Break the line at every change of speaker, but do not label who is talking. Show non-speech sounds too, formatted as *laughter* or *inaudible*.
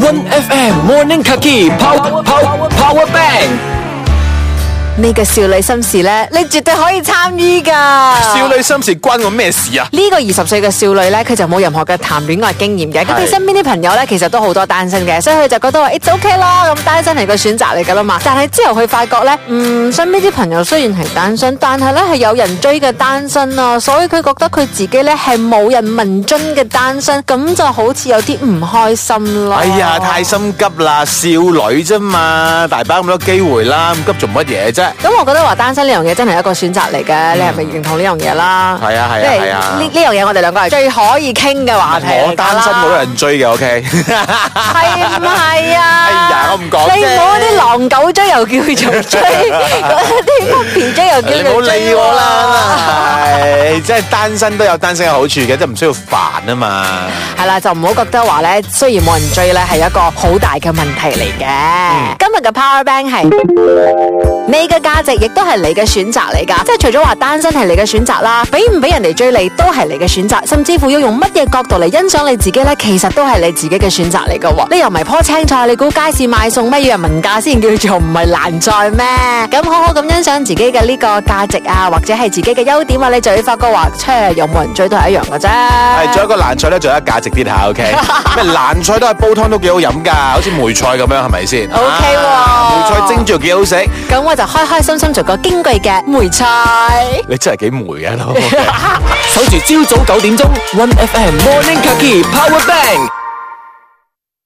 One FM Morning Kaki Power Power Power Bank，
呢個少女心事呢，你絕對可以參與噶。
少女心事關我咩事啊？
呢個二十歲嘅少女呢，佢就冇任何嘅談戀愛經驗嘅。咁
係
佢身邊啲朋友呢，其實都好多單身嘅，所以佢就覺得話，it's OK 啦，咁單身係個選擇嚟噶啦嘛。但係之後佢發覺呢，嗯，身邊啲朋友雖然係單身，但係呢係有人追嘅單身啊，所以佢覺得佢自己呢係冇人問津嘅單身，咁就好似有啲唔開心啦。
哎呀，太心急啦，少女啫嘛，大把咁多機會啦，咁急做乜嘢啫？
咁我覺得話單身呢樣嘢真係一個選擇嚟嘅，你係咪認同呢樣嘢啦？
嗯係啊係啊
即係
係啊
呢呢樣嘢我哋兩個係最可以傾嘅話題嚟㗎啦。
我單身冇人追嘅，OK？
係唔係啊？
*laughs* 哎呀我唔講啫
你唔好嗰啲狼狗追又叫做
*laughs*
追，嗰啲 puppy 追又
你唔
叫
好
做追。
理我。啦，係即係單身都有單身嘅好處嘅，即係唔需要煩啊嘛。
係啦，就唔好覺得話咧，雖然冇人追咧，係一個好大嘅問題嚟嘅。今日嘅 Power Bank 係你嘅價值，亦都係你嘅選擇嚟㗎。即係除咗話單身係你嘅選擇啦，俾唔俾人哋追你都係你嘅選擇，甚至乎要用乜嘢角度嚟欣賞你自己咧，其實都係你自己嘅選擇嚟㗎喎。你又唔係棵青菜，你估街市買餸咩要人問價先叫做唔係爛菜咩？咁好好咁欣賞自己嘅呢個價值啊，或者係自己嘅優點啊，你就會發覺話，切有冇人追都係一樣㗎啫。À.
係，仲有一個爛菜咧，仲有一個價值啲下，OK？咩爛菜都係煲湯都幾好飲㗎，好似梅菜咁樣係咪先
OK 喎
啊梅菜蒸住幾好食，
咁我就開開心心做個矜貴嘅梅菜。
你真係幾梅啊嘅都。
守住朝早九點鐘，One FM Morning Kaki Power Bank。